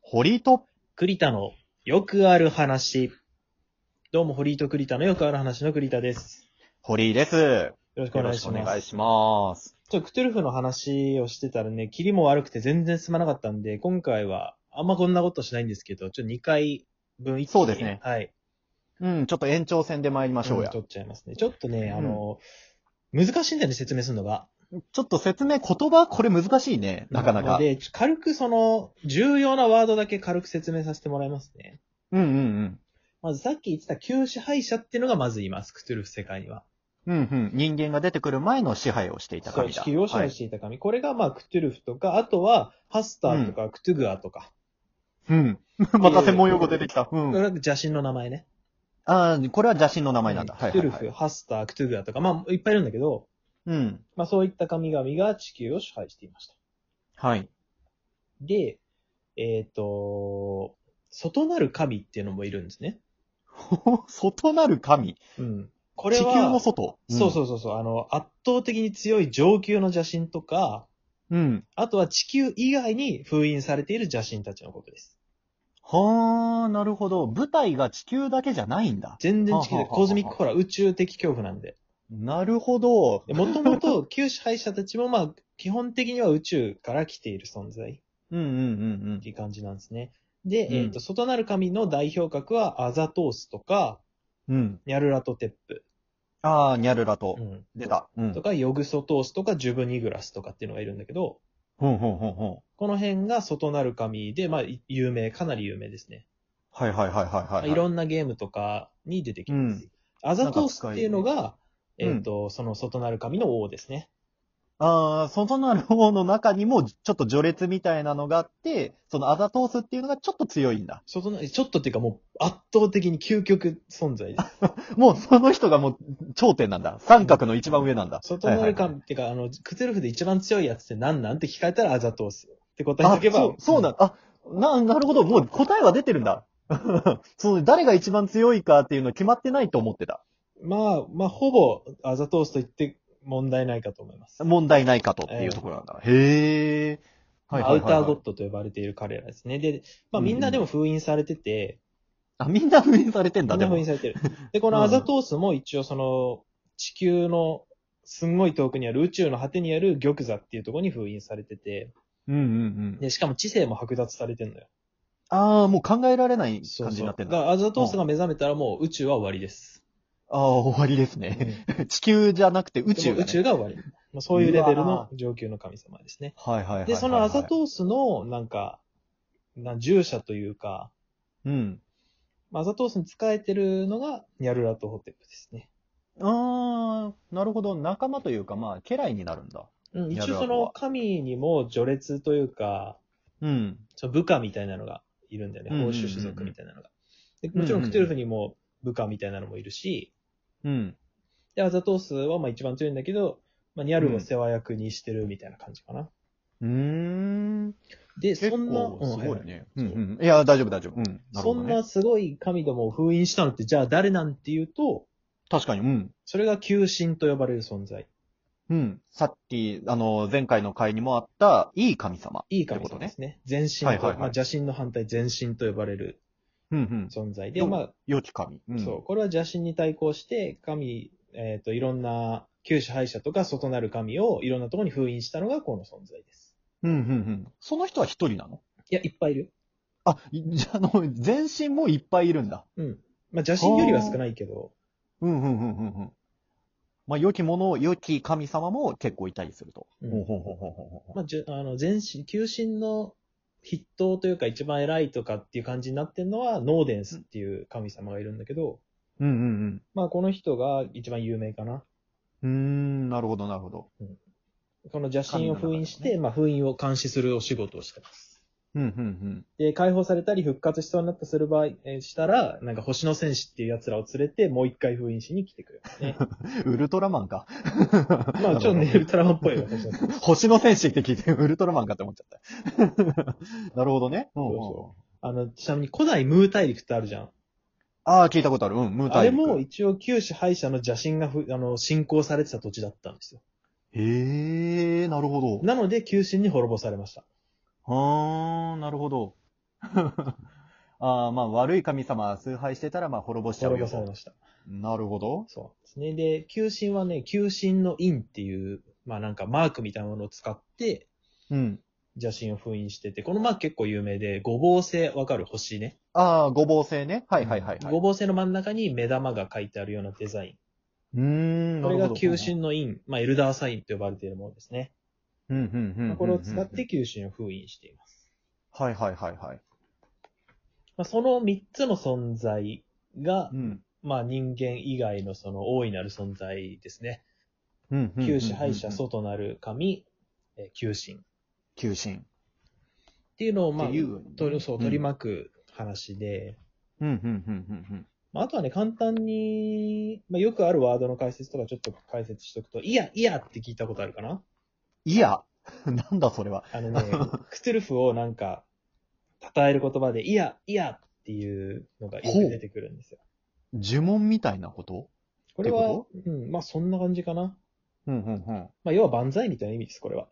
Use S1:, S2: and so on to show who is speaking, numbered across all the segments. S1: 堀と、
S2: 栗田のよくある話。どうも、堀井と栗田のよくある話の栗田です。
S1: 堀井です。よ
S2: よろしくお
S1: ろ
S2: 願い
S1: しく
S2: し
S1: お
S2: ます。
S1: 願いします。
S2: ちょっとクトゥルフの話をしてたらね、キリも悪くて全然進まなかったんで、今回はあんまこんなことしないんですけど、ちょっと2回分一気に
S1: そうですね
S2: はい。
S1: うん、ちょっと延長戦で参りましょうや。
S2: ん取っちゃいますね。ちょっとね、あの、難しいんだよね、説明するのが。
S1: ちょっと説明、言葉、これ難しいね、なかな
S2: の
S1: か。
S2: で、ちょ軽くその、重要なワードだけ軽く説明させてもらいますね。
S1: うんうん
S2: まずさっき言ってた旧支配者っていうのがまずいます、クトゥルフ世界には。
S1: うん。うんうん。人間が出てくる前の支配をしていた
S2: そう
S1: 神
S2: 地
S1: だ。
S2: 球を支配していた神。これが、まあ、クトゥルフとか、あとは、ハスターとか、クトゥグアとか。
S1: はいうん。 また専門用語出てきた。うん。
S2: なんか邪神の名前ね。
S1: ああ、これは邪神の名前なんだ。は
S2: ク
S1: い
S2: ト
S1: は
S2: ゥ
S1: い
S2: ル
S1: は
S2: フ、
S1: い。
S2: ハスター、クトゥグアとか、まあ、いっぱいいるんだけど、
S1: うん。
S2: まあ、そういった神々が地球を支配していました。
S1: はい。
S2: で、えっ、と、外なる神っていうのもいるんですね。
S1: 外なる神。
S2: うん。こ
S1: 地
S2: れ
S1: 球
S2: は、
S1: の外。。
S2: そうそううそうそう、あの、圧倒的に強い上級の邪神とか、
S1: うん。
S2: あとは地球以外に封印されている邪神たちのことです。
S1: はあ、なるほど。舞台が地球だけじゃないんだ。
S2: 全然地球
S1: はあはあは
S2: で、
S1: あ
S2: コズミックホラー、宇宙的恐怖なんで。
S1: なるほど。
S2: もともと旧支配者たちもまあ、基本的には宇宙から来ている存在っ
S1: うんうんうん
S2: ていう感じなんですね。で、
S1: うん
S2: えっ、と、外なる神の代表格はアザトースとか、
S1: うん。うん。
S2: ニャルラトテップ、
S1: ああ、ニャルラと
S2: う。ん、
S1: 出た。うん。
S2: とか、ヨグソトースとか、ジュブニグラスとかっていうのがいるんだけど、
S1: ほんほんほんほん。
S2: この辺が外なる神で、まあ、い有名、かなり有名ですね。
S1: はいはいはいはいはい。
S2: いろんなゲームとかに出てきます。
S1: う
S2: アザトースっていうのが、
S1: いね
S2: えっ、と、その外なる神の王ですね。
S1: ああ、外なる方の中にも、ちょっと序列みたいなのがあって、そのアザトースっていうのがちょっと強いんだ。
S2: 外な、ちょっとっていうかもう圧倒的に究極存在です。
S1: もうその人がもう頂点なんだ。三角の一番上なんだ。
S2: 外なる
S1: はいはいはい
S2: 感ってか、あの、クトゥルフで一番強いやつって何なんって聞かれたらあざとうすよ。って答えとけば。
S1: あ、そう、そうなんあ、な、なるほど。もう答えは出てるんだ。 そう、誰が一番強いかっていうの決まってないと思ってた。
S2: うんまあ、まあ、ほぼあざとうすと言って問題ないかと思います。
S1: 問題ないかとっていうところなんだ。へえ。はいはいはい、はい。
S2: アウターゴッドと呼ばれている彼らですね。で、まあ
S1: うんうん
S2: みんなでも封印されてて、
S1: あ、みんな封印されてんだ、
S2: みん
S1: で
S2: な封
S1: も
S2: 印。されてる。で、このアザトースも一応その、地球のすんごい遠くにある宇宙の果てにある玉座っていうところに封印されてて、
S1: うんうんうん。
S2: で、しかも知性も剥奪されてるのよ。
S1: ああ、もう考えられない感じになってん
S2: だ
S1: だ。
S2: からアザトースが目覚めたらもう宇宙は終わりです。
S1: ああ、終わりですね。地球じゃなくて宇宙、
S2: 宇宙。が終わり。まあ、そういうレベルの上級の神様ですね。
S1: はいはいはいはいはい。
S2: で、そのアザトースの、なんか、な従者というか、
S1: うん。
S2: まあアザトースに仕えてるのが、ニャルラトホテプですね。
S1: ああ、なるほど。仲間というか、まあ、家来になるんだ。
S2: うん、
S1: ニャ
S2: 一
S1: ル
S2: 応
S1: ラ
S2: そ
S1: ト
S2: の
S1: は
S2: 神にも序列というか、
S1: うん。
S2: その部下みたいなのがいるんだよね。
S1: うんうんうん
S2: 報
S1: うん
S2: 酬種族みたいなのが。でもちろんクトゥルフにも部下みたいなのもいるし、
S1: うん。
S2: で、アザトースはまあ一番強いんだけど、まあ、ニャルを世話役にしてるみたいな感じかな。
S1: うーん。
S2: で、
S1: 結
S2: そ
S1: 構
S2: んな、うん
S1: す
S2: はい
S1: ご
S2: はい
S1: いね。
S2: う
S1: うんん
S2: は
S1: う
S2: い
S1: ん。いや、大丈夫大丈夫。うん。なる
S2: そ
S1: ほど
S2: ん
S1: ね
S2: な。すごい神どもを封印したのって、じゃあ誰なんていうと、
S1: 確かに、うん。
S2: それが求心と呼ばれる存在。
S1: うん。さっき、あの、前回の回にもあった、いい神様。
S2: いい神様ですね。全身と、
S1: はいはいはい
S2: まあ、邪神の反対、全身と呼ばれる
S1: うんうん。
S2: 存在で、
S1: うん
S2: まあ、
S1: 良き神。うん。
S2: そう、これは邪神に対抗して、神、えっ、と、いろんな、旧支配者とか外なる神をいろんなところに封印したのがこの存在です。
S1: う。うんうんうん。その人は一人なの
S2: いや、いっぱいいる。
S1: あ、いじゃあ、あの、全身もいっぱいいるんだ。
S2: うん。まあ、邪神よりは少ないけど、
S1: うんうんうんうんうん。まあ、良きものを良き神様も結構いたりすると。
S2: うん
S1: ほうほうほうほうほうほう
S2: まあ、じゅあの、全身、求心の筆頭というか一番偉いとかっていう感じになってるのは、ノーデンスっていう神様がいるんだけど、
S1: うんうん
S2: まあ、この人が一番有名かな。
S1: うん。うーん、なるほどなるほど。
S2: この邪神を封印して、
S1: 神
S2: まあ、封印を監視するお仕事をしてます。
S1: うんうん
S2: で、解放されたり復活しそうになったする場合、えーしたら、なんか星の戦士っていう奴らを連れて、もう一回封印しに来てく る、ね。
S1: うん。ウルトラマンか。
S2: まあ、ちょっとね、ウルトラマンっぽいよね。
S1: 星の戦士って聞いて、ウルトラマンかって思っちゃ った。なるほどね。うんうん
S2: そうそあの、ちなみに古代ムー大陸ってあるじゃん。
S1: ああ、聞いたことある。うん、ムー
S2: あ
S1: タ
S2: れ
S1: イ陸。
S2: も一応旧支配者の邪神がふあの信仰されてた土地だったんですよ。
S1: へえ、なるほど。
S2: なので、旧神に滅ぼされました。
S1: あー、なるほど。 ああ、まあ悪い神様崇拝してたら、まあ滅ぼしちゃう
S2: 滅
S1: よ
S2: ぼされ
S1: と。
S2: ました。
S1: なるほど。
S2: そう。それで、求心はね、求心の印っていう、まあなんかマークみたいなものを使って、
S1: うん。
S2: 邪神を封印してて、このマーク結構有名で、ごぼう星、わかる星ね。
S1: ああ、ごぼう星ね。はいはいはい、はい。
S2: ごぼう星の真ん中に目玉が書いてあるようなデザイ
S1: うーん、
S2: ン。
S1: な
S2: こ
S1: る
S2: れ
S1: ほど
S2: が求。心の印、まあエルダーサインと呼ばれているものですね。
S1: うんうんうんうんうんうん。
S2: これを使って求心を封印しています。
S1: はいはいはいはい。
S2: まあ、その3つの存在が
S1: う、ん。
S2: まあ人間以外のその大いなる存在ですね。
S1: うんうん。
S2: 旧支配者、
S1: う。
S2: 外なる神、えー求心。っ
S1: 求心。
S2: ていうのを、まあ
S1: っていう、
S2: 取りそう
S1: うん
S2: 取り巻く話で、
S1: うんうんうんうんうん。
S2: まあ、あとはね、簡単に、まあ、よくあるワードの解説とかちょっと解説しとくと、いや、いやって聞いたことあるかない
S1: や、なんだそれは。
S2: あ のね、クトゥルフをなんか、称える言葉で、いや、いやっていうのがよく出てくるんですよ。
S1: 呪文みたいなこと
S2: これは
S1: っ、
S2: うん、まあそんな感じかな。
S1: うんうんうん。
S2: まあ要は万歳みたいな意味です、これは。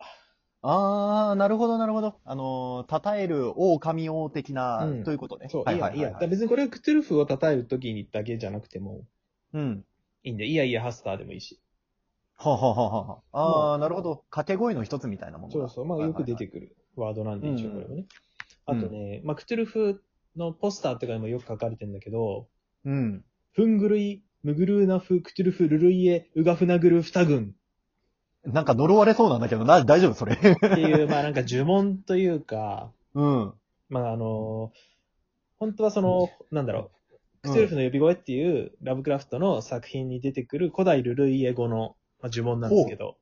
S1: あー、なるほどなるほど。あのー、称える王神王的な、
S2: うん
S1: ということね。
S2: そう、
S1: はい
S2: い
S1: は
S2: や、
S1: い
S2: い
S1: はい
S2: や。だ
S1: は
S2: から別にこれはクトゥルフを称えるときにだけじゃなくても
S1: うん。
S2: いいんで、いやいやハスターでもいいし。
S1: はあはあはあはあ。あー、
S2: まあ
S1: なるほど。掛け声の一つみたいなものだ
S2: そうそう、まあよく出て
S1: る。
S2: くるワードなんで、一応これもね。
S1: う
S2: あ
S1: んうん
S2: とね、まあクトゥルフのポスターとかにもよく書かれてるんだけど、
S1: うん。
S2: ふんぐるい、むぐるーなふ、クトゥルフ、ルルイエ、うがふなぐるふたぐん
S1: なんか呪われそうなんだけど、な、大丈夫それ。
S2: っていう、まあなんか呪文というか、
S1: うん。
S2: まああのー本当はその、なんだろう、クトゥルフの呼び声っていうラブクラフトの作品に出てくる古代ルルイエ語の、まあ、呪文なんですけど、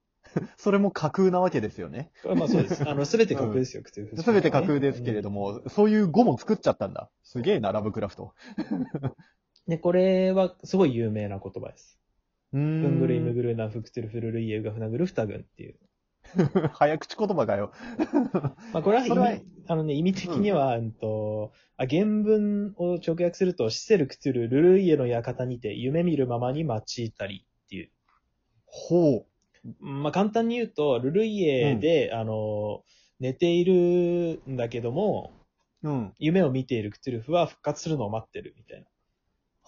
S1: それも架空なわけですよね。
S2: これまあそ うです。あの、すべて架空ですよ、クトゥルフ
S1: すべて架空ですけれど
S2: も。
S1: も、そういう語も作っちゃったんだ。すげえな、ラブクラフト。
S2: で、これはすごい有名な言葉です。
S1: うー
S2: ふ
S1: ん
S2: んぐるいむぐるなふくつるふるるいえうがふなぐるふたぐんっていう。
S1: 早口言葉がよ。
S2: まあこれは意
S1: それは
S2: 味、あのね、意味的には、うんと、あ、原文を直訳すると、シセルクトゥルルルイエの館にて夢見るままに待ちいたりっていう。
S1: ほ
S2: まあ簡単に言うと、ルルイエで、あの、寝ているんだけども、
S1: う。うん。
S2: 夢を見ているクトゥルフは復活するのを待ってるみたいな。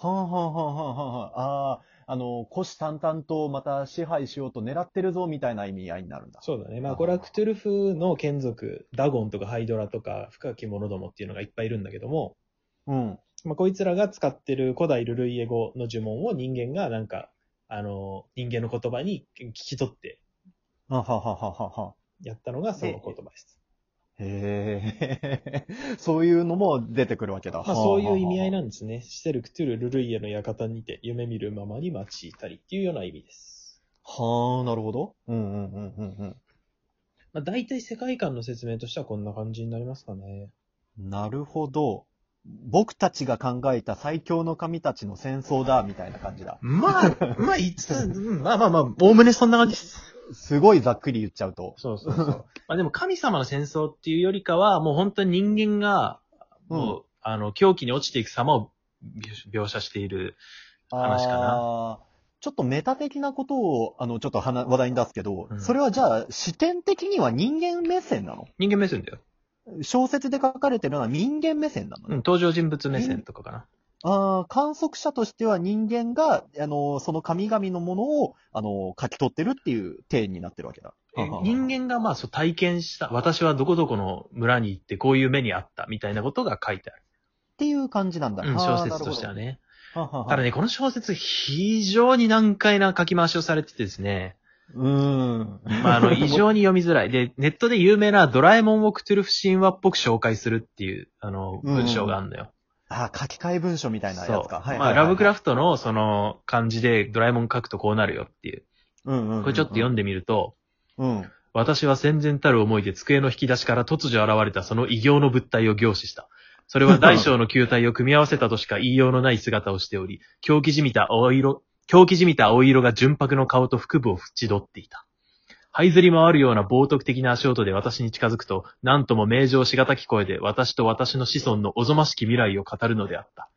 S1: はあ、はあはあはあはあ、ああ、あの、虎視眈々とまた支配しようと狙ってるぞみたいな意味合いになるんだ。
S2: そうだね。まあ、これはクトゥルフの眷属、ダゴンとかハイドラとか、深き者どもっていうのがいっぱいいるんだけども、
S1: うん。
S2: まあ、こいつらが使ってる古代ルルイエ語の呪文を人間がなんか、あの、人間の言葉に聞き取って
S1: あはははははは。
S2: やったのがその言葉です。
S1: へえ、 そういうのも出てくるわけだ。
S2: まあ、そういう意味合い
S1: ん
S2: なんですね。シセルクトゥルルルイエの館にて夢見るままに待ちいたりっていうような意味です。
S1: はあ、なるほど。うんうんうんうんうん。
S2: まあ、大体世界観の説明としてはこんな感じになりますかね。
S1: なるほど。僕たちが考えた最強の神たちの戦争だ、みたいな感じだ。
S2: まあ、まあ、まあまあまあ、おおむねそんな感じです。
S1: すごいざっくり言っちゃうと。
S2: そう そうそう。まあでも神様の戦争っていうよりかは、もう本当に人間が、
S1: うん
S2: もう、あの、狂気に落ちていく様を描写している。話かな
S1: あーちょっとメタ的なことを、あの、ちょっと話話題に出すけど、
S2: うん
S1: それはじゃあ、視点的には人間目線なの
S2: 人間目線だよ。
S1: 小説で書かれてるのは人間目線なの
S2: うん、
S1: ね。
S2: 登場人物目線とかかな。
S1: あー観測者としては人間が、あの、その神々のものを、あの、書き取ってるっていう体になってるわけだ。
S2: え人
S1: 間
S2: 間がまあそう体験した、私はどこどこの村に行ってこういう目にあったみたいなことが書いてある。
S1: っていう感じなんだ。
S2: うん、
S1: あー
S2: 小説としては。ね。
S1: なるほどははは
S2: ただね、この小説非常に難解な書き回しをされててです ね。
S1: うーん。
S2: ま ああの、異常に読みづらい。で、ネットで有名なドラえもんをクトゥルフ神話っぽく紹介するっていう、あの、文章があるのよ。
S1: あ、書き換え文書みたいなやつか。
S2: まあ、ラブクラ
S1: フ
S2: フトのその感じでドラえもん書くとこうなるよっていう。
S1: ト。うんうんうんうん
S2: これちょっと読んでみると、
S1: うん。
S2: 私は戦前たる思いで机の引き出しから突如現れたその異形の物体を凝視した。それは大小の球体を組み合わせたとしか言いようのない姿をしており、狂気じみた青色、狂気じみた青色が純白の顔と腹部を縁取っていた。這いずり回るような冒涜的な足音で私に近づくと、なんとも名状しがたき声で私と私の子孫のおぞましき未来を語るのであった。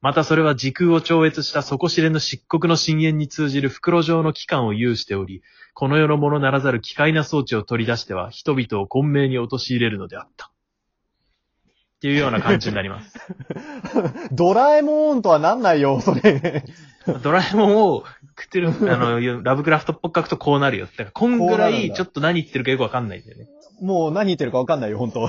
S2: またそれは時空を超越した底知れぬ漆黒の深淵に通じる袋状の器官を有しており、この世のものならざる機械な装置を取り出しては人々を混迷に陥れるのであった。っていうような感じにな ります。
S1: ドラえもんとはなんないよ、それ。
S2: ドラえもんを食ってる、あの、ラブクラフトっぽく書くとこうなるよ。だから、こんぐら
S1: こうなるん
S2: い、
S1: だ
S2: ちょっと何言ってるかよくわかんないんだよね。
S1: もう何言ってるかわかんないよ、ほんと。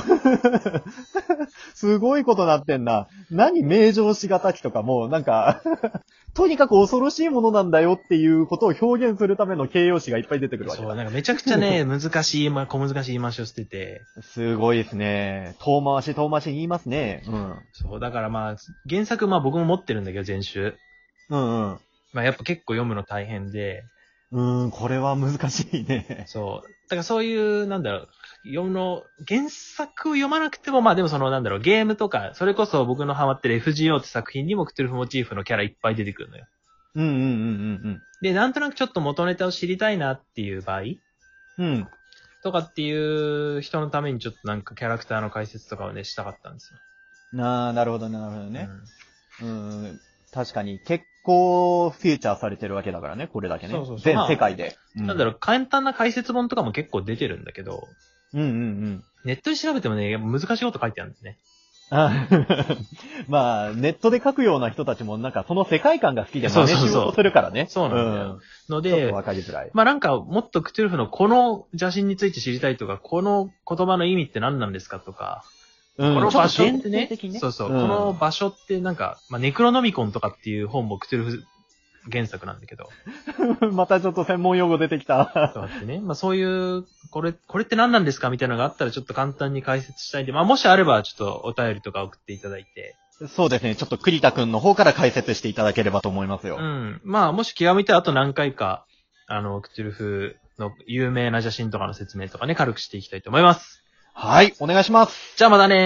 S1: すごいことなってんな。何名状しがたきとかもうなんか、 とにかく恐ろしいものなんだよっていうことを表現するための形容詞がいっぱい出てくるわけ
S2: そう、
S1: だ。
S2: なんかめちゃくち ゃね、難しい、まあ、小難しい言い回しをしてて、
S1: すごいですね。遠回し遠回しに言いますね。うん。
S2: そう、だからまあ、原作まあ僕も持ってるんだけど、全集。
S1: うんうん。
S2: まあやっぱ結構読むの大変で、
S1: うーん、これは難しいね。
S2: そう。だからそういう、なんだろう、読むの、原作を読まなくても、まあでもその、なんだろう、ゲームとか、それこそ僕のハマってる FGO って作品にもクトゥルフモチーフのキャラいっぱい出てくるのよ。
S1: うんうんうん
S2: で、なんとなくちょっと元ネタを知りたいなっていう場合
S1: うんうん。うん。
S2: とかっていう人のためにちょっとなんかキャラクターの解説とかをね、したかったんですよ。
S1: なあ、なるほどね、なるほどね。うん、確かに結構フィーチャーされてるわけだからね、これだけね。
S2: そうそうそう
S1: 全世界で。
S2: うん。なんだろ
S1: う。
S2: う、簡単な解説本とかも結構出てるんだけど、
S1: うんうんうん。
S2: ネットで調べてもね、難しいこと書いてあるんですね。
S1: あ まあ、ネットで書くような人たちもなんかその世界観が好きで
S2: そう
S1: 真
S2: そう
S1: 似
S2: そう
S1: しようとするからね。
S2: そうなんだよ。の
S1: うんちょっ
S2: で
S1: と、わかりづらい。
S2: まあなんか、もっとクトゥルフのこの写真について知りたいとか、この言葉の意味って何なんですかとか、
S1: うん
S2: この場所って
S1: ちょと
S2: ね
S1: 限定的に
S2: そうそう、
S1: ん
S2: この場所ってなんか、まあネクロノミコンとかっていう本もクトゥルフ原作なんだけど、
S1: またちょっと専門用語出てきた。
S2: そうやってね、まあそういう、これ、これって何なんですかみたいなのがあったらちょっと簡単に解説したいんで、まあもしあればちょっとお便りとか送っていただいて、
S1: そうですね。ちょっと栗田くんの方から解説していただければと思いますよ。
S2: うん、まあもし極めてあと何回か、あの、クトゥルフの有名な写真とかの説明とかね、軽くしていきたいと思います。
S1: はい、お願いします。
S2: じゃあまたねー。